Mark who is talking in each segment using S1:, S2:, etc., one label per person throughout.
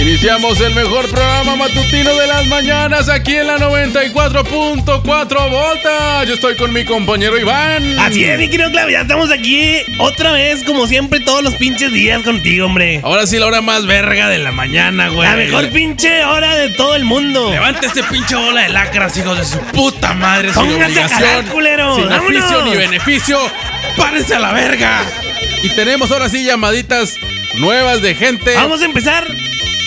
S1: Iniciamos el mejor programa matutino de las mañanas aquí en la 94.4 Volta. Yo estoy con mi compañero Iván.
S2: Así es, mi querido Claudio, ya estamos aquí otra vez, como siempre, todos los pinches días contigo, hombre.
S1: Ahora sí, la hora más verga de la mañana, Ah, güey.
S2: La mejor pinche hora de todo el mundo.
S1: Levanta este pinche bola de lacras, hijos de su puta madre. Sin
S2: Pónganse a
S1: obligación,
S2: jalar, culero.
S1: sin oficio
S2: Vámonos.
S1: ni beneficio. Párense a la verga. Y tenemos ahora sí llamaditas nuevas de gente.
S2: Vamos a empezar.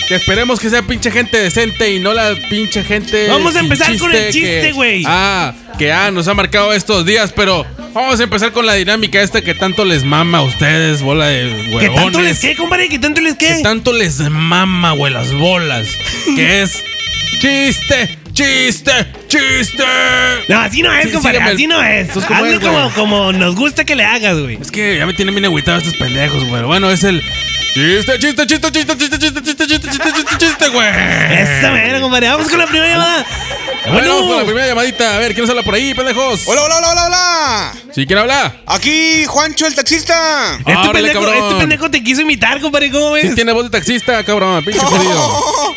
S1: Que esperemos que sea pinche gente decente y no la pinche gente.
S2: Vamos a
S1: sin
S2: empezar con el
S1: que-
S2: chiste, güey.
S1: Ah, que ah, nos ha marcado estos días, pero vamos a empezar con la dinámica esta que tanto les mama a ustedes, bola de huevones.
S2: ¿Qué tanto les qué, compadre? ¿Qué tanto les
S1: Que
S2: qué?
S1: tanto les mama, güey, las bolas. Que es chiste, chiste, chiste.
S2: No, así no es,
S1: Sí,
S2: compadre.
S1: sígueme.
S2: Así no es.
S1: Entonces, ¿cómo
S2: Hazlo
S1: es, güey? Eh.
S2: como, como nos gusta que le hagas, güey.
S1: Es que ya me tienen bien agüitados estos pendejos, güey. Bueno, es el chiste, chiste, chiste, chiste, chiste, chiste, chiste, chiste, chiste, chiste, chiste, güey.
S2: Esta manera, compadre. Vamos con la primera llamada.
S1: Bueno, vamos con la
S2: Bueno,
S1: primera llamadita. A ver, ¿quién nos habla por ahí, pendejos?
S3: Hola, hola, hola, hola, hola.
S1: ¿Sí? ¿Quién habla?
S3: Aquí Juancho el taxista.
S2: este
S1: Órale,
S2: pendejo,
S1: cabrón.
S2: este pendejo te quiso imitar, compadre. ¿Cómo ves?
S1: Sí, tiene voz de taxista, cabrón, pinche jodido.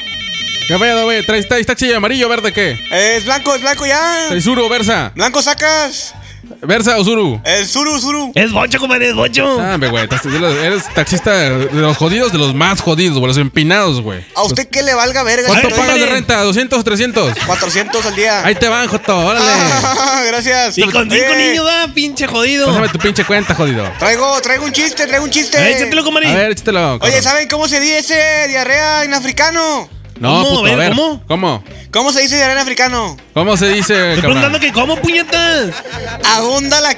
S1: Ya vaya, güey. ¿Traes traes taxi amarillo, verde qué?
S3: Es blanco, es blanco ya.
S1: ¿Traes Zuru o Versa?
S3: Blanco sacas.
S1: ¿Versa o Zuru?
S3: El suru, suru.
S2: Es bocho, compadre, es bocho.
S1: Ah, hombre, güey, taxi- eres taxista de los jodidos, de los más jodidos, güey, los empinados, güey.
S3: A usted que le valga verga.
S1: ¿Cuánto
S3: Yo
S1: pagas
S3: traigo
S1: de
S2: compadre.
S1: renta? ¿200 o 300?
S3: 400 al día.
S1: Ahí te van, Joto, órale.
S3: Ah, gracias.
S2: y con cinco
S3: Eh,
S2: niños, va, pinche jodido.
S1: Pásame tu pinche cuenta, jodido.
S3: Traigo, traigo un chiste, traigo un chiste.
S2: A ver, échatelo,
S1: A
S2: compadre.
S1: ver, échatelo.
S3: Oye,
S1: cabrón.
S3: ¿saben cómo se dice diarrea en africano?
S1: No,
S2: ¿Cómo?
S1: puto,
S2: A
S1: a
S2: ver,
S1: ver.
S2: ¿cómo?
S1: ¿Cómo?
S3: ¿Cómo se dice diarrea en africano?
S1: ¿Cómo se dice,
S2: Estoy
S1: cabrón?
S2: preguntando que cómo, puñetas.
S3: Abunda la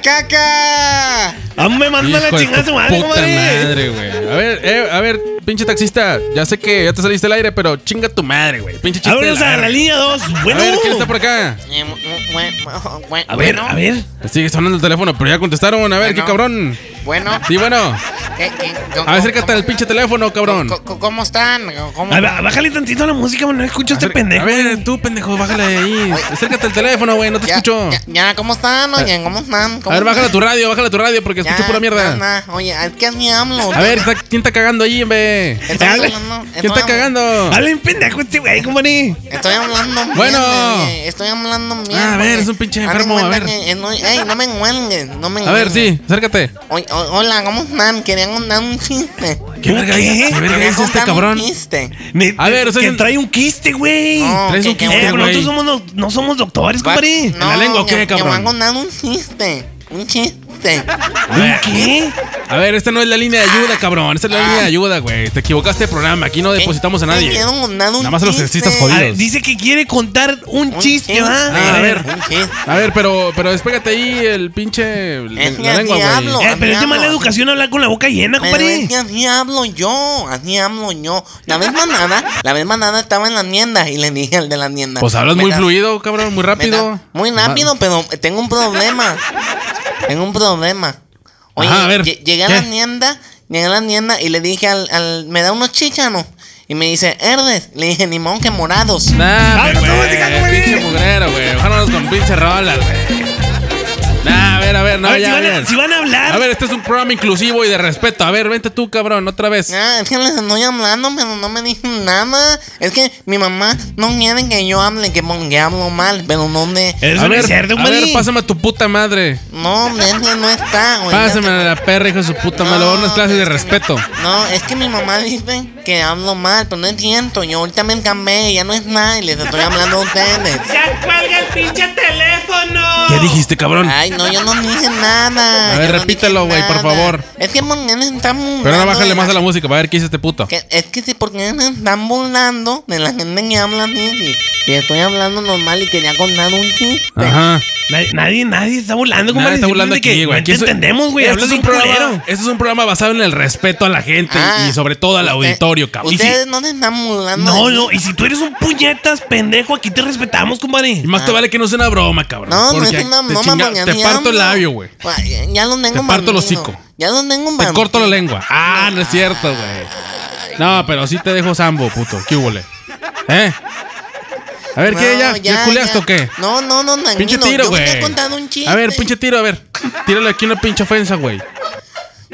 S3: caca.
S2: Ah, me manda la
S1: Hijo de
S2: chingada a
S1: tu
S2: su madre,
S1: puta
S2: compadre.
S1: madre, güey. A ver, eh, a ver, pinche taxista, ya sé que ya te saliste al aire, pero chinga tu madre, güey. Pinche chiste.
S2: Vámonos
S1: de la
S2: a la
S1: verga.
S2: línea 2.
S1: A
S2: Bueno.
S1: ver, ¿quién está por acá?
S2: A ver, a ver.
S1: Sigue sonando el teléfono, pero ya contestaron. A ver, qué
S4: Bueno.
S1: cabrón.
S4: Bueno,
S1: Sí, bueno.
S4: eh, eh, co-
S1: A ver, acércate
S4: co-
S1: al pinche teléfono, cabrón.
S4: co- co- ¿Cómo están? ¿Cómo?
S2: A ver, Bájale tantito la música, güey, no escucho a este
S1: Acer-
S2: pendejo.
S1: A ver, tú, pendejo, bájale ahí. Acércate al teléfono, güey, no te
S4: Ya,
S1: escucho.
S4: Ya, ya, ¿cómo están? Oye, ¿cómo están?
S1: A ver, bájale tu radio, bájale tu radio, porque escucho pura mierda.
S4: Oye, es que ni hablo.
S1: A ver, está- ¿quién está cagando ahí, hombre?
S4: Estoy
S2: habla-
S4: hablando,
S1: ¿Quién
S4: estoy
S1: está
S4: hab-
S1: cagando?
S4: Ah,
S2: Habla en pendejo este güey, compadre.
S4: Estoy hablando bien,
S1: Bueno.
S4: oye, Estoy hablando bien.
S1: Ah, a ver,
S4: oye.
S1: es un pinche
S4: Haz de
S1: enfermo, a
S4: cuenta
S1: ver.
S4: que estoy- ey, no me enguelguen, no me
S1: A ver,
S4: enguelguen.
S1: sí, acércate.
S4: Oye, o- hola, ¿cómo están? Quería contar un chiste.
S2: ¿Qué verga
S1: ¿Qué
S2: es?
S1: verga
S4: Quería
S1: es este
S4: contar un
S1: cabrón?
S4: chiste.
S2: Me-
S1: A ver, o sea,
S2: que
S1: en-
S2: trae un quiste, güey.
S4: No,
S1: Traes
S4: que-
S1: un
S4: que-
S2: Eh,
S1: quiste,
S2: pero nosotros
S1: güey.
S2: somos, no, no somos doctores,
S4: Va-
S2: compadre.
S1: la lengua o qué,
S4: que- que
S1: cabrón?
S4: van a contar un chiste. Un chiste.
S2: ¿Un qué?
S1: A ver, esta no es la línea de ayuda, cabrón. Esta es
S4: Ah.
S1: la línea de ayuda, güey. Te equivocaste de programa. Aquí no depositamos a nadie.
S4: Quiero contar un
S1: Nada más a los
S4: chiste.
S1: taxistas jodidos.
S2: A ver, dice que quiere contar un,
S4: Un
S2: chiste, ¿va?
S1: Ah, a ver.
S4: Un chiste.
S1: A ver, pero, pero despégate ahí el pinche.
S4: Es que
S1: la lengua,
S4: diablo.
S1: güey.
S2: Eh, pero es de
S4: Cambiamos.
S2: mala educación hablar con la boca llena,
S4: Pero
S2: compadre.
S4: es que así hablo yo, así hablo yo. La vez manada, la vez manada estaba en la tienda y le dije al de la tienda.
S1: Pues hablas
S4: "Me
S1: muy
S4: da-
S1: fluido, cabrón, muy
S4: me da-
S1: rápido.
S4: Muy rápido, pero tengo un problema. tengo un problema. Oye,
S1: Ajá, a ver,
S4: lle- llegué a
S1: ¿qué?
S4: la tienda, llegué a la tienda y le dije al, al- me da unos chíchanos. Y me dice, Herdes, le dije, ni modo que morados.
S1: Nah,
S2: Vámonos, música,
S1: güey,
S2: güey.
S1: pinche mugrero, güey. Vámonos con pinche rolas, güey. Nah, a ver, a ver, no,
S2: a ver,
S1: ya,
S2: si, van
S1: bien.
S2: a, si van a hablar.
S1: A ver, este es un programa inclusivo y de respeto. A ver, vente tú, cabrón, otra vez.
S4: Ah, es que les estoy hablando, pero no me dicen nada. Es que mi mamá no quiere que yo hable, que, que hablo mal, pero no me...
S2: Eres
S1: a
S2: un
S1: ver,
S2: cerdo,
S1: a ver,
S2: compadre.
S1: pásame a tu puta madre.
S4: No, es que no está, güey.
S1: Pásame a la perra, hijo de su puta madre. Le voy a dar unas clases de
S4: es que mi-
S1: respeto.
S4: No, es que mi mamá dice que hablo mal, pero no es cierto. Yo ahorita me encamé, ya no es nada y les estoy hablando a ustedes.
S5: ¡Ya cuelga el pinche teléfono!
S1: ¿Qué dijiste, cabrón?
S4: Ay, no, yo no dije nada.
S1: A ver,
S4: yo no
S1: repítelo,
S4: dije
S1: güey, por
S4: nada.
S1: favor.
S4: Es que por qué se están burlando.
S1: Pero ahora
S4: de
S1: bájale más a la
S4: la...
S1: música para ver qué hizo este puto.
S4: que- es que sí, porque se están burlando de la gente que habla así. Y, y estoy hablando normal y quería contar un chiste.
S1: Ajá.
S2: Nadie, nadie, nadie está burlando,
S1: Nadie
S2: compadre.
S1: está burlando
S2: Simplemente
S1: aquí,
S2: que
S1: güey.
S2: No
S1: Aquí
S2: te
S1: es-
S2: entendemos, güey.
S1: Este
S2: Hablas
S1: es un
S2: un
S1: programa.
S2: culero.
S1: Este es un programa basado en el respeto a la gente
S4: Ah,
S1: y sobre todo al
S4: usted-
S1: auditorio, cabrón. Y
S4: Ustedes no se están burlando.
S2: No,
S4: de mí.
S2: no. Y si tú eres un puñetas, pendejo, aquí te respetamos, compadre.
S1: y más te vale que no sea una broma, cabrón.
S4: Ah. No, no
S1: porque
S4: es una
S1: te,
S4: broma,
S1: chinga-
S4: porque
S1: te
S4: ni
S1: parto el
S4: hablo.
S1: labio, güey.
S4: Pa- Ya, ya lo tengo
S1: Te parto el
S4: bandido.
S1: hocico.
S4: Ya lo tengo
S1: Te
S4: bandido.
S1: corto la lengua. Ah, no es cierto, güey. No, pero sí te dejo sambo, puto. ¿Qué húbole? ¿Eh? A ver, ¿qué?
S4: No,
S1: ¿Ya, ¿Ya culeaste
S4: ya.
S1: o qué?
S4: No, no, no, tranquilo.
S1: Pinche tiro,
S4: Yo
S1: güey.
S4: quería contar un chiste.
S1: A ver, pinche tiro, a ver. Tírale aquí una pinche ofensa, güey.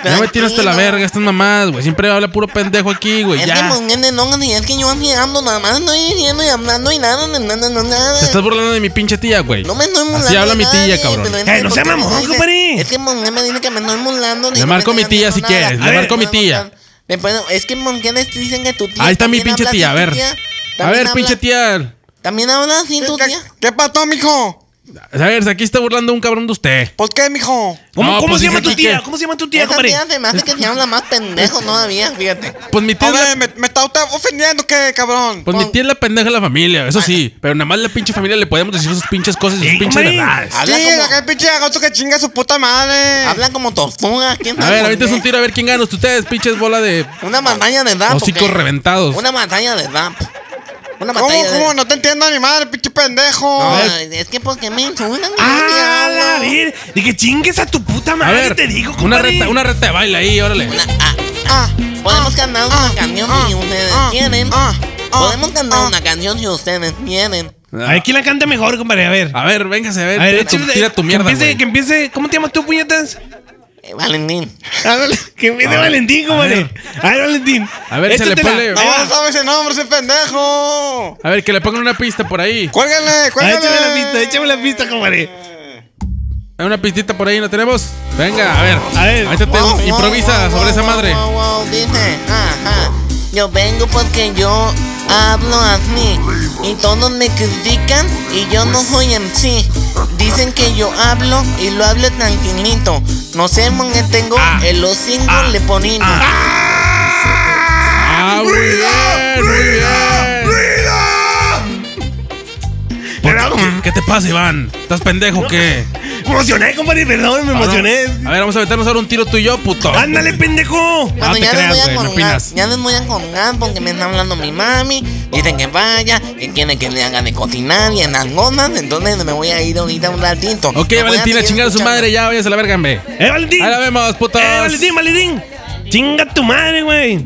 S1: Ya me tiraste la verga estas mamás, güey. Siempre habla puro pendejo aquí, güey.
S4: Es que
S1: Ya.
S4: Monguende no, y es que yo así hablo nada más, estoy diciendo y hablando y nada, nada, nada, nada, nada.
S1: Te estás burlando de mi pinche tía, güey.
S4: No me estoy burlando.
S1: Así habla
S4: de
S1: mi tía,
S4: nadie,
S1: cabrón.
S4: pero es
S2: Eh,
S4: que
S2: no sea
S4: porque me
S2: mamón,
S4: dice-
S2: compadre.
S4: Es que Monguende me dice que me estoy burlando. ni
S1: Le
S4: que
S1: marco
S4: me
S1: a mi
S4: estoy
S1: tía
S4: haciendo
S1: si
S4: nada.
S1: quieres,
S2: le
S4: No,
S2: marco
S1: a mi
S4: no,
S1: tía.
S4: no, no. Le puedo- es que Monguende te dicen que tu tía.
S1: Ahí está mi
S4: también
S1: pinche
S4: habla así,
S1: tía, a
S4: tu
S1: ver. A
S4: También
S1: ver,
S4: habla-
S1: pinche tía.
S4: También habla así tu
S3: ¿Qué,
S4: tía.
S3: qué pasó, mijo?
S1: A ver, aquí está burlando un cabrón de usted.
S3: ¿Por qué, mijo?
S2: ¿Cómo,
S1: No,
S2: cómo
S1: pues
S2: se
S1: dice
S2: llama tu
S1: aquí
S2: tía?
S1: que-
S2: ¿Cómo se llama tu tía,
S4: Esa
S2: compadre?
S4: tía se me hace que te habla más pendejo todavía, fíjate.
S1: Pues mi tía,
S3: A
S1: es
S3: ver,
S1: la,
S3: me, me está usted ofendiendo, ¿qué, cabrón?
S1: pues mi tía es la pendeja de la familia, eso
S4: Ah,
S1: sí. Pero nada más la pinche familia le podemos decir sus pinches cosas y sus
S2: Sí,
S1: pinches
S2: hombre.
S1: verdades.
S4: Habla
S3: sí,
S4: como-
S3: la que pinche agosto que chinga su puta madre.
S4: Habla como tortuga. ¿quién
S1: A
S4: sabe
S1: ver,
S4: por
S1: ahorita es
S4: qué?
S1: un tiro a ver quién gana. Ustedes, pinches bola de
S4: Una batalla de DAP.
S1: hocicos reventados.
S4: Una batalla de DAP. Una
S3: ¿Cómo,
S4: batalla de
S3: cómo? No te entiendo ni madre, pinche pendejo.
S4: No,
S1: ver.
S4: es que porque me insultan.
S2: Ah,
S4: ¿qué
S2: la
S4: hablo?
S2: ver. Dije, chingues a tu puta
S1: A
S2: madre,
S1: ver,
S2: te digo,
S1: una
S2: compadre.
S1: reta, una reta de baile ahí, órale.
S4: Una- ah,
S3: Ah,
S4: podemos cantar una
S3: ah,
S4: canción
S3: ah,
S4: si ustedes
S3: ah,
S4: quieren.
S3: ah, ah,
S4: podemos cantar
S3: ah.
S4: una canción si ustedes quieren.
S2: A ver, ¿quién la canta mejor, compadre? A ver.
S1: A ver, véngase, a ver,
S2: A ver,
S1: Ah, tira, tu,
S2: échale-
S1: tira tu
S2: que
S1: mierda,
S2: empiece,
S1: güey.
S2: que empiece. ¿Cómo te llamas tú, puñetas?
S4: Eh, Valentín.
S2: Ándale, que empiece
S1: A ver,
S2: Valentín,
S1: a
S2: compadre.
S1: ver.
S2: A ver, Valentín.
S1: A ver, échale,
S2: Échatela.
S1: ponle-
S2: Ahí
S3: no
S2: va.
S3: sabes ese nombre, ese pendejo.
S1: A ver, que le pongan una pista por ahí.
S3: Cuélgale,
S2: Ah,
S3: cuélgale.
S2: Échame la pista, échame la pista, compadre.
S1: Hay Una pistita por ahí, ¿no tenemos? Venga, a ver.
S2: A ver.
S1: Ahí te
S4: Wow, wow,
S1: improvisa
S4: wow,
S1: sobre
S4: wow,
S1: esa
S4: wow,
S1: madre.
S4: wow, wow, dice, ajá. Yo vengo porque yo hablo así. Y todos me critican y yo no soy MC. Dicen que yo hablo y lo hablo tranquilito. No sé, mon, que tengo el hocico leporino.
S1: Ah, muy bien, muy bien.
S2: Pero
S1: ¿Qué- ¿Qué te pasa, Iván? ¿Estás pendejo o qué?
S2: me emocioné, compadre,
S6: Ah,
S2: perdón, me emocioné.
S1: A ver, vamos a meternos ahora un tiro tú y yo, puto.
S2: Ándale, pendejo.
S1: No
S4: Bueno,
S1: te
S4: ya les
S1: creas,
S4: voy
S1: güey,
S4: a
S1: no
S4: colgar.
S1: opinas.
S4: Ya les voy a colgar porque me está hablando mi mami. Dicen que vaya, que quiere que le haga de cocinar y en las gomas. Entonces me voy a ir ahorita un ratito.
S1: Ok,
S4: Me voy a
S1: Valentina,
S4: seguir
S1: chingar a su
S4: escuchando.
S1: madre, ya, váyase a la verga, hombre.
S2: Eh, Valentín.
S1: Ahí la vemos, putos.
S2: Eh, Valentín, Valentín. Chinga tu madre, güey.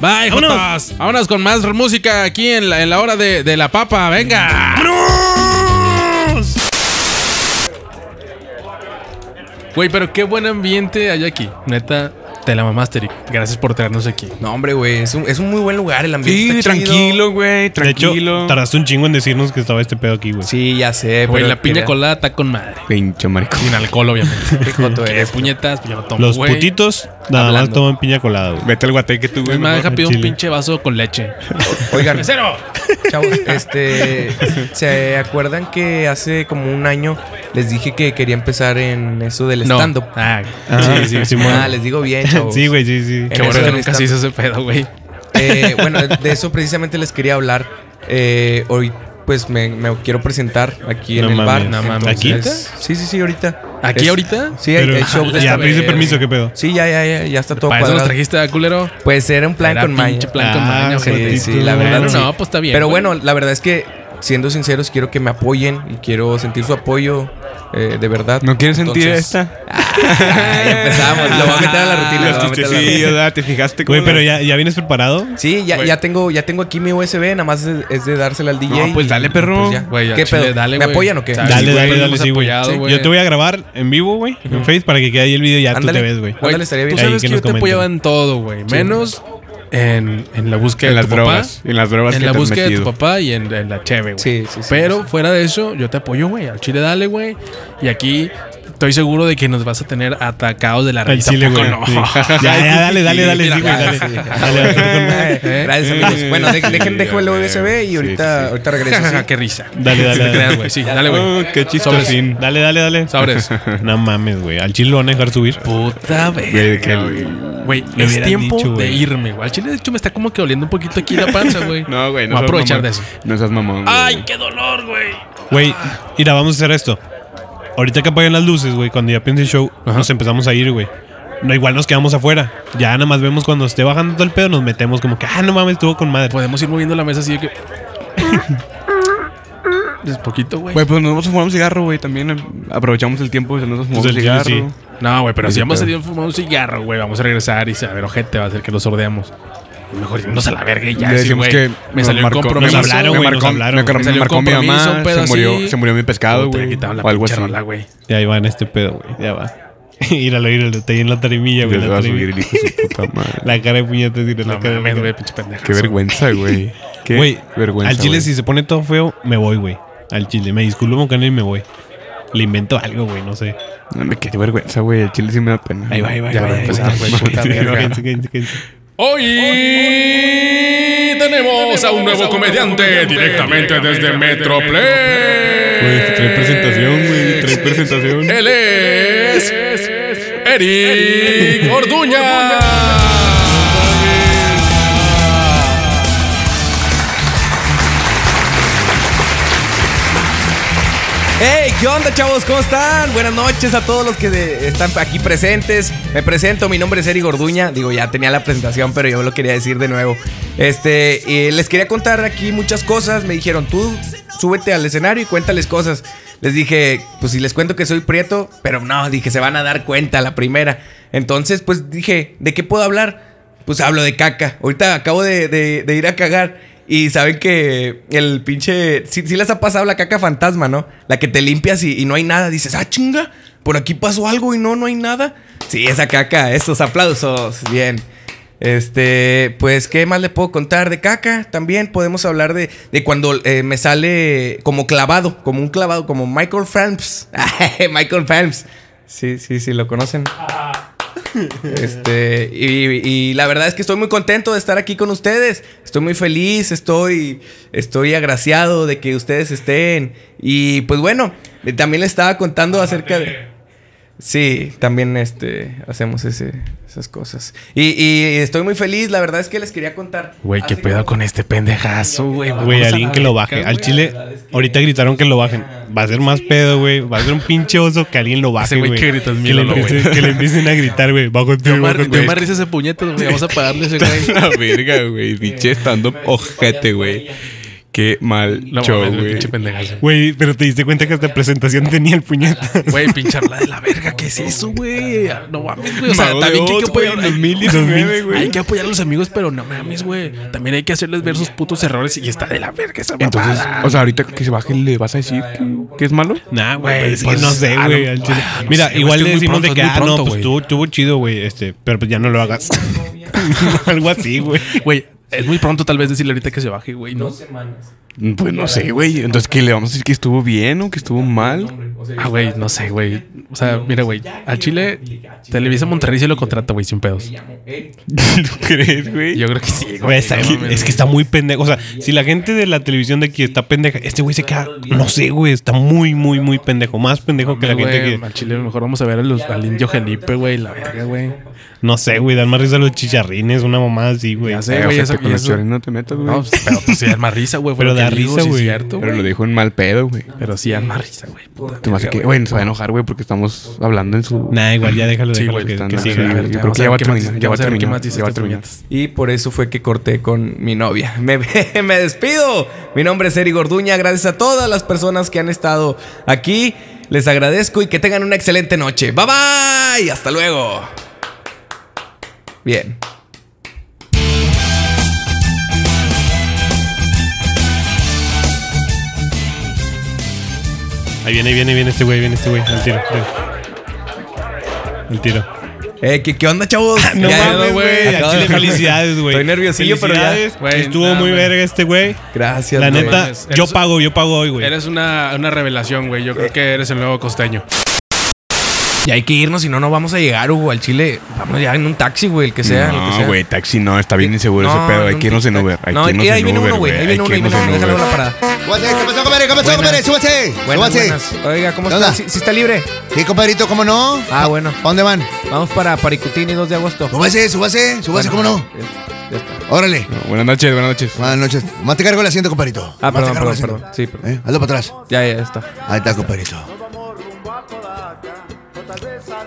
S1: Bye,
S2: Vámonos.
S1: putos. Vámonos con más música aquí en la, en la hora de, de la papa, venga.
S2: ¡Vámonos!
S1: Güey, pero qué buen ambiente hay aquí. Neta, te la mamaste, Eric. Gracias por traernos aquí.
S7: No, hombre, güey, es un, es un muy buen lugar, el ambiente
S1: Sí,
S7: está chido.
S1: tranquilo,
S7: güey,
S2: tardaste un chingo en decirnos que estaba este pedo aquí, güey.
S7: sí, ya
S1: Güey,
S7: sé, Eh, pero
S1: la piña
S7: quería-
S1: colada está con madre.
S7: Pinche maricón.
S1: Sin alcohol, obviamente.
S7: Qué joto
S1: Qué
S7: eres,
S1: puñetas, pues yo no tomo, güey.
S2: nada
S7: Hablando.
S2: toman piña colada, güey.
S7: Vete al guateque tú,
S1: Me deja
S2: con
S1: pedir un
S2: chile.
S1: pinche vaso con leche.
S7: Oigan,
S1: ¡Mesero!
S7: chavos, este. ¿Se acuerdan que hace como un año les dije que quería empezar en eso del
S1: No.
S7: stand-up?
S1: Ah,
S2: Ah,
S1: sí, sí.
S2: sí,
S1: sí.
S2: sí. Simón.
S7: Ah, les digo bien, chavos.
S2: Sí, güey, sí, sí.
S1: Qué
S7: En
S1: bueno
S7: eso
S1: que
S7: del
S1: nunca se hizo ese pedo, güey.
S7: Eh, bueno, de eso precisamente les quería hablar. Eh, hoy, pues me, me quiero presentar aquí
S2: No
S7: en el
S2: mames.
S7: bar.
S1: No mames.
S7: Entonces-
S2: ¿Aquí?
S7: Sí, sí, sí, ahorita.
S1: ¿Aquí
S7: Es-
S1: ahorita? ah,
S7: Sí, hay,
S2: Pero-
S7: hay show de
S2: ya,
S7: esta
S2: pediste
S7: vez.
S2: permiso, ¿qué pedo?
S7: Sí, ya, ya, ya, ya está todo
S1: Para eso nos
S7: cuadrado.
S1: trajiste a culero.
S7: Pues era un plan
S1: Era
S7: con Maya.
S1: pinche plan con
S2: Ah,
S1: maña,
S2: sí,
S1: ojete.
S7: sí, la verdad,
S1: Bueno,
S7: sí.
S1: no, pues está bien.
S7: Pero
S1: güey.
S7: bueno, la verdad es que, siendo sinceros, quiero que me apoyen y quiero sentir su apoyo. eh, de verdad.
S6: ¿No quieres sentir
S7: Entonces-
S6: esta? Ah,
S7: Ahí empezamos. Lo voy a meter a la rutina. lo voy a meter a la
S6: Sí,
S7: rutina.
S6: ¿verdad? ¿Te fijaste
S2: Güey,
S6: cómo
S2: pero
S6: la-
S2: ya, ya vienes preparado.
S7: Sí, ya, ya, tengo, ya tengo aquí mi USB, nada más es, es de dársela al DJ.
S1: No, pues dale,
S7: y-
S1: perro.
S7: pues ya.
S1: Güey, al
S7: ¿Qué
S1: chile,
S7: pedo?
S1: dale,
S7: ¿Me
S1: güey.
S7: apoyan o qué?
S1: Sabes,
S7: Sí,
S2: Dale,
S1: güey,
S2: dale,
S1: lo
S2: dale,
S1: hemos
S2: sí, güey.
S1: apoyado,
S2: Sí.
S1: güey.
S2: Yo te voy a grabar en vivo, güey, en Face, para que quede ahí el video y ya
S7: Ándale.
S2: tú te ves, güey.
S7: Güey, estaría bien.
S1: Tú
S2: Ahí
S1: sabes
S2: que
S1: que
S2: nos
S1: yo te
S2: comenten.
S1: apoyaba en todo, güey. Menos en, en la búsqueda
S6: En
S1: de
S6: las
S1: tu papá,
S6: drogas. En las drogas
S1: En
S6: que
S1: la
S6: te has
S1: búsqueda de tu
S6: metido.
S1: papá y en, en la cheve, güey.
S7: Sí, sí, sí.
S1: Pero fuera de eso, yo te apoyo, güey. Al chile dale, güey. Y aquí estoy seguro de que nos vas a tener atacados de la
S2: Al
S1: risa.
S2: chile,
S1: ¿a poco
S2: güey.
S1: no?
S2: Sí. Ya, ya, dale, dale, dale, sí,
S1: Mira,
S2: güey,
S1: ya,
S2: dale.
S1: sí.
S2: Dale, dale,
S7: Eh, Gracias, amigos. Bueno, de- dejen, dejo el USB y ahorita, ahorita regreso.
S1: Ja, ja, ja,
S7: ¿sí?
S1: Qué risa.
S2: Dale,
S1: Sí
S2: dale,
S1: te
S2: dale.
S1: creas, güey. Sí, dale, güey.
S6: Oh, qué chistosín.
S2: dale, dale, dale.
S1: Sabres.
S2: No mames, güey. Al chile lo van a dejar subir.
S1: Puta
S6: Güey, que-
S1: verga, güey. Güey,
S2: Me
S1: es
S2: hubieran
S1: tiempo
S2: dicho,
S1: de
S2: güey.
S1: irme, güey. Al chile, de hecho, me está como que oliendo un poquito aquí la panza, güey.
S6: No,
S1: Voy a
S6: güey, no seas
S1: aprovechar
S6: mamón.
S1: de eso.
S6: No seas mamón. güey.
S1: ¡Ay, qué dolor, güey!
S2: Güey, mira, vamos a hacer esto. Ahorita que apaguen las luces, güey, cuando ya piense el show,
S1: Ajá.
S2: nos empezamos a ir, güey. No, igual nos quedamos afuera. Ya nada más vemos cuando esté bajando todo el pedo, nos metemos como que, ah, no mames, estuvo con madre.
S1: Podemos ir moviendo la mesa así de que. Es poquito, güey.
S6: Güey, pues nos vamos a fumar un cigarro, güey. También eh, aprovechamos el tiempo y nos vamos a fumar
S2: Pues
S6: un
S2: el chile,
S6: cigarro.
S2: sí.
S1: No, güey, pero si
S6: Sí,
S1: vamos a
S6: pero-
S1: salir a fumar un cigarro, güey, vamos a regresar y se va a ver ojete, va a ser que lo sordeamos. Mejor irnos a la verga y ya.
S6: Le
S1: sí,
S6: decimos
S1: güey.
S6: que
S1: me salió un compromiso.
S2: nos hablaron,
S6: me
S2: güey,
S6: marcó,
S2: nos hablaron.
S6: me marcó-
S2: Me
S6: Me
S1: salió
S6: marcó mi
S1: compromiso,
S6: mamá,
S1: un pedo
S6: se murió,
S1: así.
S6: se murió mi pescado,
S1: Puta, le
S6: güey.
S1: quitaron la
S6: O algo
S1: pinche
S6: así.
S1: rola, güey.
S2: Y ahí van este pedo, güey. Ya va. íralo, íralo. Está ahí en la tarimilla, güey.
S8: Yo le
S2: La,
S8: voy a subir
S2: tarimilla.
S8: el hijo de su puta madre.
S2: la cara de puñetes. tira la
S1: No
S2: cara de
S1: mames, güey,
S2: puñetes.
S1: pinche pendejo.
S8: Qué vergüenza, güey. Qué
S2: Güey,
S8: vergüenza.
S2: al chile
S8: güey.
S2: si se pone todo feo, me voy, güey. Al chile. Me disculpo con él y me voy. Le invento algo, güey. No sé.
S8: No me qué vergüenza, güey. El chile sí me da pena.
S2: Ahí va, ahí va.
S8: Ya
S2: ahí va,
S8: va a
S2: ahí va,
S8: empezar,
S2: ahí va, ahí
S8: güey.
S2: va,
S8: Puta
S2: ahí va,
S8: verga.
S2: cállense, cállense, cállense.
S1: Hoy tenemos a un nuevo comediante directamente desde
S8: Güey,
S1: Metroplex.
S8: trae presentación, güey. Trae presentación.
S1: Él es Eric Orduña.
S7: ¡Hey! ¿Qué onda, chavos? ¿Cómo están? Buenas noches a todos los que de- están aquí presentes. Me presento, mi nombre es Eri Gorduña. Digo, ya tenía la presentación, pero yo lo quería decir de nuevo. Este, eh, les quería contar aquí muchas cosas. Me dijeron, tú súbete al escenario y cuéntales cosas. Les dije, pues si les cuento que soy prieto, pero no, dije, se van a dar cuenta a la primera. Entonces, pues dije, ¿de qué puedo hablar? Pues hablo de caca. Ahorita acabo de, de- de ir a cagar. Y saben que el pinche. Sí, sí les ha pasado la caca fantasma, ¿no? La que te limpias y, y no hay nada. Dices, ah, chinga, por aquí pasó algo y no, no hay nada. Sí, esa caca, esos aplausos. Bien. Este, pues, ¿qué más le puedo contar de caca? También podemos hablar de, de cuando eh, me sale como clavado, como un clavado, como Michael Phelps. Michael Phelps. Sí, sí, sí, lo conocen. Este, y, y la verdad es que estoy muy contento de estar aquí con ustedes. Estoy muy feliz, estoy, estoy agraciado de que ustedes estén. Y pues bueno, eh, también les estaba contando acerca de. Sí, también este, hacemos ese, esas cosas. Y, y estoy muy feliz, la verdad es que les quería contar.
S8: Güey, qué
S7: Así
S8: pedo
S7: como-
S8: con este pendejazo, güey.
S2: Güey, alguien que lo baje. Al chile, ahorita gritaron que lo bajen. Va a ser más pedo, güey. Va a ser un pinche oso que alguien lo
S1: Ese
S2: baje,
S1: güey
S2: güey.
S1: que grita es
S2: Que le
S1: Milolo, güey.
S2: empiecen- que le empiecen a gritar, güey. Bajo tío, bajo tío.
S8: risa ese puñeto, güey. Vamos a pagarle ese güey. La verga, güey. Pinche estando ojete, güey. Qué mal
S1: No
S8: show,
S1: mames, güey,
S8: güey.
S1: pinche pendejazo.
S2: Güey, pero te diste cuenta que hasta presentación tenía el puñeta.
S1: Güey, pinche habla de la verga, ¿qué es eso, güey? No mames, güey. O sea,
S8: Mago de
S1: también que hay que
S8: Oz, güey,
S1: apoyar.
S8: 2019, güey.
S1: Hay que apoyar a los amigos, pero no mames, güey. También hay que hacerles ver sus putos errores y está de la verga esa
S8: Entonces,
S1: mamada.
S8: o sea, ahorita que se baje, ¿le vas a decir que, que es malo?
S2: Nah,
S1: Güey,
S2: güey, es que
S1: pues,
S2: no sé,
S1: ah,
S2: güey.
S1: no,
S2: al chile.
S1: ah, no
S2: Mira,
S1: sé, güey,
S2: igual
S1: es que
S2: le
S1: es muy
S2: decimos de
S1: pronto,
S2: que,
S1: es muy
S2: ah, no,
S1: pronto,
S2: pues
S1: güey.
S2: estuvo, estuvo chido, güey. Este, pero pues ya no lo hagas. Algo así, güey.
S1: Güey, es muy pronto tal vez decirle ahorita que se baje, güey, ¿no?
S8: Pues no sé, güey. Entonces, ¿qué le vamos a decir que estuvo bien o que estuvo mal?
S1: Ah, güey, no sé, güey. O sea, mira, güey, al Chile, Televisa Monterrey se lo contrata, güey, sin pedos.
S8: ¿Tú crees, güey?
S1: Yo creo que sí,
S2: Güey,
S1: güey.
S2: está
S1: no
S2: aquí-
S1: mames,
S2: es que está muy pendejo. O sea, si la gente de la televisión de aquí está pendeja, este güey se queda, no sé, güey, está muy, muy, muy pendejo. Más pendejo que la
S1: güey,
S2: gente que.
S1: Al Chile mejor vamos a ver a los, al indio Felipe, güey, la verga, güey.
S2: No sé, güey, dan más risa los chicharrines, una mamada así, güey.
S1: Ya sé,
S8: Eh,
S1: güey,
S8: ojete,
S1: eso
S8: con
S1: con
S8: los
S1: eso.
S8: chores no te metas, güey.
S1: No, pues, pero pues sí, arma risa, güey. fue
S2: Pero
S1: lo
S2: da
S1: que digo,
S2: risa,
S1: sí es
S2: güey.
S1: cierto,
S8: Pero
S1: güey.
S8: lo dijo en mal pedo, güey.
S1: Pero sí, arma risa, güey. puta.
S8: Te me hace que, bueno, se va a enojar, güey, porque estamos hablando en su.
S2: Nah, igual, ya déjalo,
S1: Sí,
S2: déjalo
S1: güey,
S2: que,
S8: están
S2: que
S8: así,
S2: siga.
S8: güey.
S1: ver,
S8: yo creo
S1: vamos
S8: que ya
S1: a ver
S8: va a
S1: qué más-
S8: terminar, ya va
S1: vamos
S8: a
S1: ver qué
S8: terminar,
S1: más dice
S8: ya va a
S1: este
S8: terminar.
S1: puñetas.
S7: Y por eso fue que corté con mi novia. Me, me despido. Mi nombre es Eri Gorduña. Gracias a todas las personas que han estado aquí. Les agradezco y que tengan una excelente noche. Bye bye. Hasta luego. Bien.
S2: Ahí viene, ahí viene, ahí viene este güey, viene este güey. Al tiro, tiro. Al tiro.
S7: Eh, ¿qué, qué onda, chavos?
S2: No
S7: Ya,
S2: mames, güey.
S7: acabo
S2: Al chile,
S7: de-
S2: felicidades, güey.
S7: Estoy nerviosillo, pero ya.
S2: Felicidades.
S1: Güey,
S2: Estuvo
S1: nada,
S2: muy
S1: güey.
S2: verga este güey.
S7: Gracias,
S2: La
S7: güey.
S2: neta,
S1: mames,
S2: yo
S1: eres-
S2: pago, yo pago hoy, güey.
S1: Eres una, una revelación, güey. Yo creo que eres el nuevo costeño.
S7: Ya hay que irnos, si no, no vamos a llegar, Hugo, al Chile. Vamos ya en un taxi, güey, el que sea. el que
S8: No,
S7: sea.
S8: güey, taxi no, está bien inseguro
S7: No,
S8: ese pedo. Hay
S7: un
S8: que irnos en
S7: tic-tac.
S8: Uber. Hay
S7: No,
S8: que irnos
S7: ahí
S8: en
S7: viene
S8: Uber,
S7: uno, güey. Ahí viene
S8: Hay
S7: uno,
S8: que
S7: ahí viene
S8: irnos
S7: uno.
S8: en
S7: Déjalo en
S8: Uber.
S7: la parada.
S9: Guate, ¿Qué pasó, compadre? ¿Qué pasó, compadre? Súbase.
S7: Buenas,
S9: Súbase.
S7: buenas. Oiga, ¿cómo
S9: ¿Qué
S7: está?
S9: onda?
S7: ¿Sí, sí está libre?
S9: Sí, compadrito, ¿cómo no?
S7: Ah, bueno.
S9: ¿A dónde van?
S7: Vamos para Paricutini 2 de agosto. eh,
S9: Súbase, súbase, súbase, ¿cómo no? Órale.
S8: No, Buenas noches, buenas noches.
S9: Buenas noches. Más te cargo el asiento, compadrito.
S7: Ah,
S9: Más
S7: perdón,
S9: te cargo
S7: perdón,
S9: el
S7: perdón. Sí,
S9: asiento.
S7: perdón.
S9: ¿Eh? Hazlo para atrás.
S7: Ya, ya está.
S9: Ahí está, compadrito.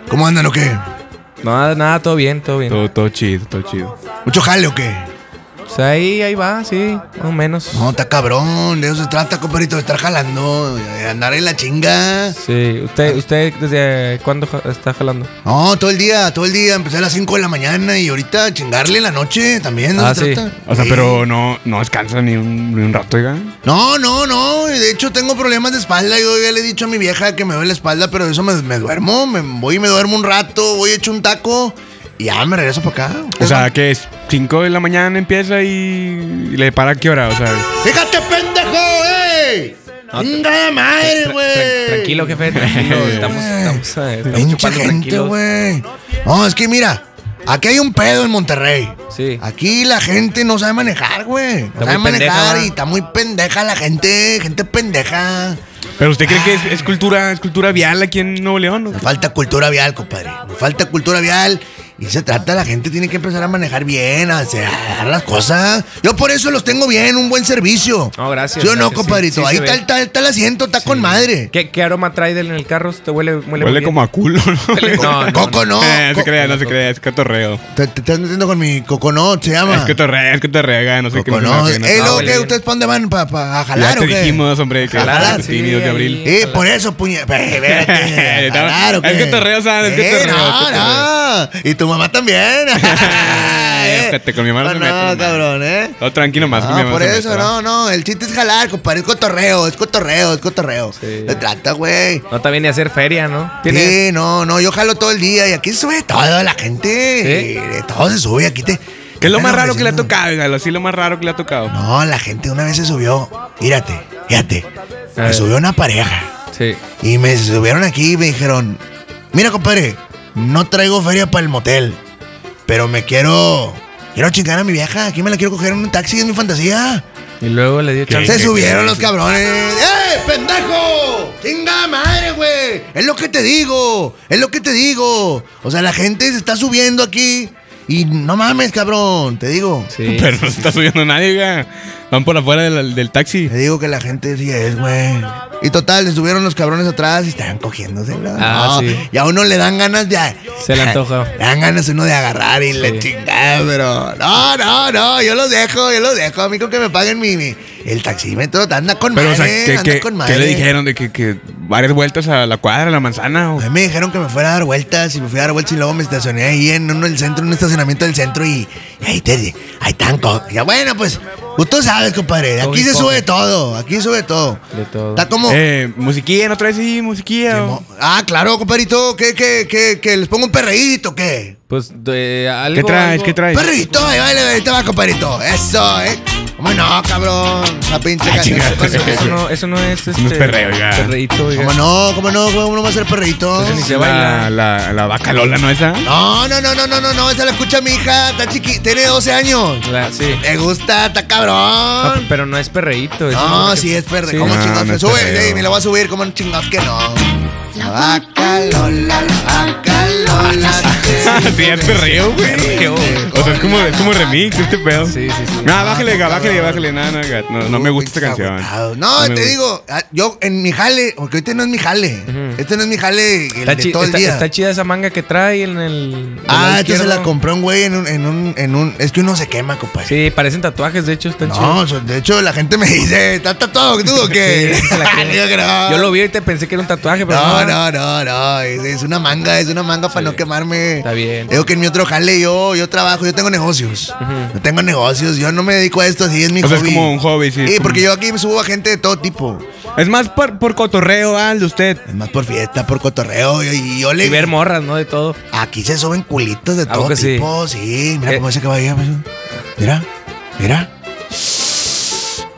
S9: ¿Cómo andan o qué?
S7: No, nada, todo bien, todo bien.
S8: Todo, todo chido, todo chido.
S9: ¿Mucho jale o qué?
S7: Pues ahí, ahí va, sí, más o menos.
S9: No, está cabrón. De eso se trata, compadrito. De estar jalando. de andar en la chinga.
S7: Sí, usted, usted desde cuándo ja- está jalando?
S9: No, todo el día, todo el día. Empecé a las 5 de la mañana y ahorita chingarle en la noche también. ¿no
S7: Ah,
S9: se
S7: sí.
S9: trata?
S6: O sea,
S9: Sí.
S6: pero no, no descansa ni un, ni un rato, oiga.
S9: No, no, no. De hecho, tengo problemas de espalda. Yo ya le he dicho a mi vieja que me duele la espalda, pero eso me, me duermo. Me voy y me duermo un rato. Voy hecho un taco y ya me regreso para acá.
S6: O sea, que es 5 de la mañana empieza y, y le para a qué hora, o sea.
S9: ¡Fíjate, pendejo, eh! ¡Nada madre, güey!
S7: Tranquilo, jefe, tranquilo. Estamos, estamos, eh, estamos
S9: Pinche
S7: chupando
S9: gente,
S7: tranquilos.
S9: güey. No, es que mira, aquí hay un pedo en Monterrey.
S7: Sí.
S9: Aquí la gente no sabe manejar, güey. No
S7: Está
S9: sabe
S7: muy pendeja,
S9: manejar
S7: ¿va?
S9: y está muy pendeja la gente, gente pendeja.
S6: Pero usted cree que es, es cultura, es cultura vial aquí en Nuevo León, ¿no?
S9: Nos falta cultura vial, compadre. Nos falta cultura vial. Y se trata, la gente tiene que empezar a manejar bien, a hacer a dar las cosas. Yo por eso los tengo bien, un buen servicio.
S7: No, gracias,
S9: Yo no,
S7: gracias, sí,
S9: compadrito.
S7: sí se
S9: Ahí
S7: ve.
S9: está, el- está- está el asiento, está con madre.
S7: ¿Qué, qué aroma trae del- en el carro? ¿Te huele, huele, muy
S8: Huele
S7: bien?
S8: como a culo, ¿no?
S7: No, no,
S9: Coco no.
S8: Eh,
S9: Co-
S8: se crea, no se crea, es cotorreo.
S9: te, te estás metiendo con mi coconut, se llama.
S8: Es cotorreo, es cotorreo, oiga, no sé qué.
S9: Coco,
S8: no sé qué,
S9: no.
S8: no
S9: Eh,
S8: sé.
S9: luego,
S7: no,
S9: ¿qué?
S7: güey.
S9: ¿Ustedes para dónde van? ¿Para a
S8: Ya
S9: jalar o
S8: te
S9: qué?
S8: dijimos, hombre, que
S7: Jalar,
S8: jalar,
S7: sí,
S8: tímido de
S7: ahí.
S8: abril.
S9: Eh, por eso, puñe. Espérate.
S8: Estaba-
S9: Claro que.
S8: es cotorreo, ¿sabes? Es
S9: Eh,
S8: cotorreo,
S9: no,
S8: cotorreo.
S9: no. Y tu mamá también. Eh.
S8: ojete, con mi mamá no se
S9: no,
S8: mete,
S9: no,
S8: no.
S9: cabrón, ¿eh?
S8: No, tranquilo más. que mi
S9: No,
S8: mamá
S9: por
S8: se mete,
S9: eso,
S8: ¿va?
S9: no, no. El chiste es jalar, compadre. Es cotorreo, es cotorreo, es cotorreo. Se trata, güey.
S7: No te viene a hacer feria, ¿no? Tiene-
S9: Sí, no, no, yo jalo todo el día y aquí se sube toda la gente.
S7: ¿Sí?
S9: Eh, Todo se sube, aquí te.
S8: ¿Qué es lo
S9: te
S8: más
S9: están
S8: raro que le ha
S9: ofreciendo-
S8: tocado, oiga? Lo sí, lo más raro que le ha tocado.
S9: No, la gente una vez se subió. Mírate, fíjate.
S7: A ver.
S9: Se subió una pareja.
S7: Sí.
S9: Y me subieron aquí y me dijeron, mira compadre, no traigo feria para el motel, pero me quiero... Quiero chingar a mi vieja, aquí me la quiero coger en un taxi, es mi fantasía.
S7: Y luego le dio chance.
S9: Se subieron los cabrones. ¡Eh, pendejo! ¡Chinga madre, güey! Es lo que te digo, es lo que te digo. O sea, la gente se está subiendo aquí y no mames, cabrón, te digo.
S7: Sí.
S8: Pero no se está subiendo nadie, oiga. Van por afuera del, del taxi.
S9: Te digo que la gente sí es, güey. Y total, les subieron los cabrones atrás y estaban cogiéndose. ¿no?
S7: Ah,
S9: No,
S7: sí.
S9: Y a uno le dan ganas de.
S7: Se le antoja.
S9: Le dan ganas a uno de agarrar y le chingar, pero. No, no, no. Yo los dejo, yo los dejo. A mí con que me paguen mi. mi- el taxímetro anda con
S8: Pero, o sea,
S9: madre.
S8: ¿qué,
S9: anda
S8: qué-
S9: con
S8: qué
S9: madre.
S8: le dijeron? ¿De que, que varias vueltas a la cuadra, a la manzana? o-
S9: A mí me dijeron que me fuera a dar vueltas y me fui a dar vueltas y luego me estacioné ahí en uno del centro, en un estacionamiento del centro y, y ahí te ahí tan co- Ya, bueno, pues, tú sabes, compadre, aquí
S7: Coge,
S9: se
S7: coge.
S9: sube todo, aquí sube todo.
S7: De todo.
S9: Está como
S8: Eh, musiquilla, ¿no traes ahí musiquilla? o-
S9: Mo- Ah, claro, compadrito. ¿Qué, qué, qué, qué? ¿Les pongo un perreíto? ¿Qué?
S7: Pues de algo.
S8: ¿Qué traes?
S2: Ah,
S7: algo-
S8: ¿Qué traes?
S9: Perreíto, ahí va, ahí te va, compadrito. Eso, ¿eh? ¿Cómo no, cabrón? La pinche canción.
S8: chinga.
S9: ¿Cómo
S7: Pues, Eso no, eso no es este.
S8: es perreo, oiga.
S7: Perreíto, oiga.
S9: no? ¿Cómo no? ¿Cómo no va a ser perreíto?
S7: Entonces, ni se
S8: La,
S7: baila.
S8: la, la vaca Lola, ¿no esa?
S9: No, no, no, no, no, no, no. Esa la escucha mi hija. Está chiqui... Tiene 12 años.
S7: La- sí.
S9: Le gusta, está
S7: No,
S9: cabrón.
S7: pero no es perreíto. es-
S9: No, sí, es verde.
S7: Sí. Ah.
S9: ¿Cómo
S8: No,
S9: chingados?
S8: no
S9: que
S8: es
S9: sube,
S8: perreo.
S9: ey, me la voy a subir. ¿Cómo chingados que no? La vaca Lola, la vaca Ah, Lola.
S8: sí, es perreo, güey. O sea, es como, es como remix este pedo.
S7: Sí, sí, sí.
S8: Nada, bájale, oiga, bájale, bájale. Nada, nada, oiga. no, no me gusta esta
S9: Pinches
S8: canción.
S9: agotados. No,
S8: me
S9: te
S8: gusta.
S9: digo, ah, yo en mi jale, porque ahorita no es mi jale. Este no es mi jale el
S7: Está,
S9: de
S7: chi-
S9: todo el
S7: está-
S9: día.
S7: está chida esa manga que trae en el. del
S9: ah,
S7: lado
S9: entonces
S7: izquierdo.
S9: la compró un güey en un, en un, en un. Es que uno se quema, compadre.
S7: Sí, parecen tatuajes, de hecho, están chidos.
S9: No, so- de hecho la gente me dice, ¿estás tatuado tú o qué?
S7: Sí, se la quema.
S9: Digo que no.
S7: Yo lo vi y te pensé que era un tatuaje, pero.
S9: No, no, no, no. Es, es una manga, es una manga para no quemarme.
S7: Está bien.
S9: Digo que en mi otro jale yo, yo trabajo, yo tengo negocios. Yo tengo negocios, yo no me dedico a esto, así es mi
S8: O sea,
S9: hobby.
S8: es como un hobby, sí, es
S9: Sí,
S8: como-
S9: porque yo aquí me subo a gente de todo tipo.
S8: Es más por, por cotorreo, al de usted.
S9: Es más por fiesta, por cotorreo y, y yo le...
S7: Y ver morras, ¿no? De todo.
S9: Aquí se suben culitos de
S7: ¿A
S9: todo
S7: poco sí?
S9: tipo. Sí, mira
S7: Eh.
S9: cómo se acaba ahí. pues. Mira, mira.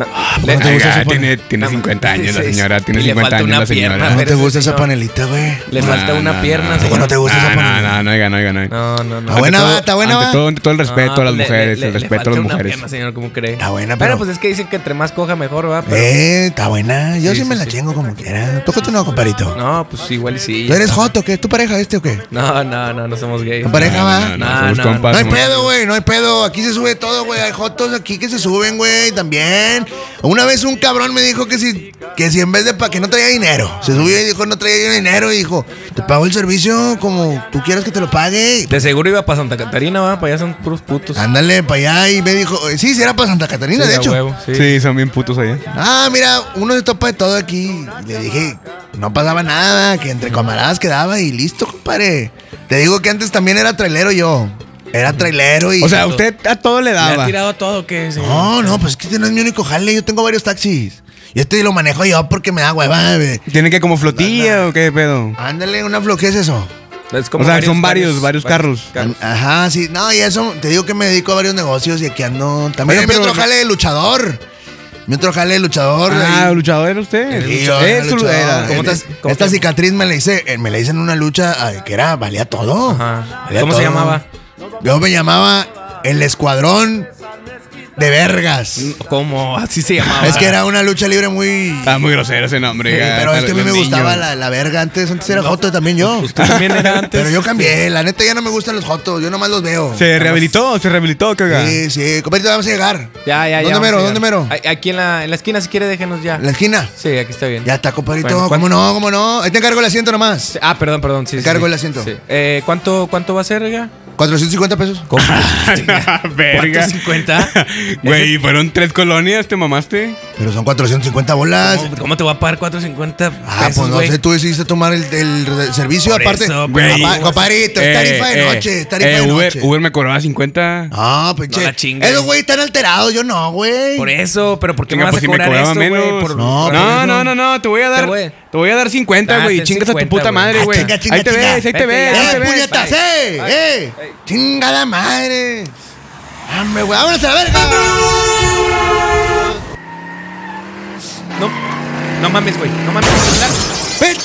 S9: Ah, pues,
S7: Le-
S8: Oiga,
S7: Oiga,
S8: tiene, tiene
S7: No,
S8: 50 años la
S7: sí, sí.
S8: señora, tiene
S7: Y le
S8: 50
S7: falta
S8: años
S7: una
S8: la
S7: pierna.
S8: señora.
S9: ¿No
S7: pero
S9: te
S7: ese
S9: gusta esa
S7: señor-
S9: panelita, güey?
S7: Le
S8: No,
S7: falta
S8: no,
S7: una
S8: no,
S7: pierna.
S8: no.
S7: señor.
S9: ¿Cómo no te gusta esa
S8: Ah, no,
S9: panelita?
S8: no, no, oiga, no, oiga, no. oiga.
S7: No, no, no.
S9: Ah, buena
S8: Ante
S9: va, está buena
S8: ante
S9: va.
S8: todo, ante todo el respeto
S7: No,
S8: a las
S7: Ah, le-
S8: mujeres,
S7: le-
S8: el
S7: le
S8: respeto
S7: falta
S8: a las
S7: una
S8: mujeres.
S7: pierna, señor, como cree.
S9: Está buena,
S7: Bueno,
S9: pero-
S7: pues es que dicen que entre más coja mejor, ¿va? Pero-
S9: Eh, está buena. Yo sí,
S7: sí,
S9: me la
S7: sí.
S9: chingo como quiera. ¿Tú qué tú no, comparito?
S7: No, pues igual y sí.
S9: ¿Tú eres hot o qué? ¿Es tu pareja este o qué?
S7: No, no, no, no somos gays.
S9: ¿Tu pareja va?
S8: No, no,
S7: No,
S8: somos
S7: no,
S8: compas,
S9: No hay
S8: somos-
S9: pedo, güey, no hay pedo. Aquí se sube todo, güey. Hay jotos aquí que se suben, güey, también. Una vez un cabrón me dijo que si, que si en vez de pa- que no traía dinero, se subió y dijo no traía yo dinero y dijo, te pago el servicio como tú quieres que te lo pague.
S7: De seguro iba para Santa Catarina, va, para allá son puros putos.
S9: Ándale para allá y me dijo, eh, sí, sí era para Santa Catarina,
S7: Sí,
S9: Ah, de
S7: a
S9: hecho.
S7: huevo, sí.
S6: Sí, son bien putos
S8: ¿eh?
S6: allá.
S9: Ah, mira, uno se topa de todo aquí. Le dije, no pasaba nada, que entre camaradas quedaba y listo, compadre. Te digo que antes también era trailero yo. Era trailero y.
S6: O sea, usted a todo le
S7: ¿Le ha
S6: daba.
S7: tirado todo que
S9: No, no, pues es que este no es mi único jale. Yo tengo varios taxis. Y este lo manejo yo porque me da hueva. güey.
S6: ¿Tiene que como flotilla o qué pedo?
S9: Ándale, una flojez eso.
S7: Es
S6: O sea, son varios, varios carros.
S9: Ajá, sí. No, y eso, te digo que me dedico a varios negocios y aquí ando. También
S6: Oye,
S9: mi
S6: pero-
S9: otro jale de luchador. Mi otro jale de luchador.
S6: Ah,
S9: ahí.
S6: luchador era usted.
S9: Sí, yo era
S6: Eso
S9: luchador.
S6: era.
S9: ¿Cómo
S6: Era-
S9: estás? Esta cicatriz me la hice, eh, me la hice en una lucha ay, que era, valía todo.
S7: Ajá.
S9: Valía
S7: ¿Cómo se
S9: todo.
S7: llamaba?
S9: Yo me llamaba el escuadrón de vergas.
S7: ¿Cómo? Así se llamaba.
S9: Es que era una lucha libre muy.
S8: Está muy grosero ese nombre.
S9: Sí,
S8: ya,
S9: pero es
S8: para
S9: que a mí
S8: los
S9: me
S8: niños. pues,
S9: gustaba la, la verga antes, antes era joto también yo.
S7: Usted también era antes.
S9: Pero yo cambié, la neta ya no me gustan los jotos, yo nomás los veo.
S6: Se rehabilitó, se rehabilitó, caga.
S9: Sí, sí, compadrito, vamos a llegar.
S7: Ya, ya, ya.
S9: ¿Dónde
S7: vamos
S9: mero?
S7: a
S9: ¿Dónde
S7: llegar.
S9: mero?
S7: Ay, Aquí en la, en la esquina, si quiere, déjenos ya.
S9: En la esquina.
S7: Sí, aquí está bien.
S9: Ya está, compadrito.
S7: Bueno,
S9: ¿Cómo no? ¿Cómo no? Ahí te encargo el asiento nomás.
S7: Ah, perdón, perdón. Sí, sí, sí.
S9: Cargo el asiento.
S7: Sí. Eh, ¿cuánto, ¿Cuánto va a ser, oiga?
S9: 450 pesos.
S7: ¿Cómo?
S8: Verga.
S7: 50?
S8: Güey, fueron tres colonias, ¿te mamaste?
S9: Pero son 450 bolas.
S7: ¿Cómo, cómo te va a pagar 450 pesos,
S9: Ah, pues no
S7: güey?
S9: sé, tú decidiste tomar el, el re- servicio
S7: Por
S9: aparte.
S7: eso,
S8: güey.
S9: Apa- Compadrito, es tarifa de
S8: Eh, eh,
S9: noche, es tarifa
S8: eh,
S9: de
S8: Uber,
S9: noche.
S8: Uber me cobraba 50.
S9: Ah, pues
S7: No
S9: che.
S7: la chingues.
S9: Esos güey están alterados, yo no, güey.
S7: Por eso, pero ¿por qué
S8: Chinga,
S7: me vas
S8: pues,
S7: a
S8: si me
S7: cobrar
S8: cobraba
S7: eso, güey?
S8: menos.
S7: Por-
S9: No,
S7: por-
S8: No, no, no, no, te voy a dar.
S7: Te voy.
S8: Te voy a dar 50,
S7: Ah,
S8: güey.
S7: te
S8: Chingas a tu
S7: 50,
S8: puta
S7: güey.
S8: madre,
S9: Ah,
S8: güey.
S9: chinga, chinga,
S8: Ahí te
S9: chinga.
S8: ves, ahí te
S7: Vete
S8: ves,
S7: ya,
S8: ahí te
S9: ¡Eh,
S7: güey.
S8: ves.
S9: puñetas,
S7: Bye.
S9: eh! ¡Eh! ¡Chingada madre! ¡Hombre, güey! ¡Vámonos a la verga!
S7: No, no mames, güey. No mames. celular.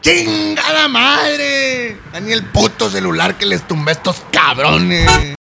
S9: ¡Chingada madre! Daniel puto celular que les tumbé a estos cabrones.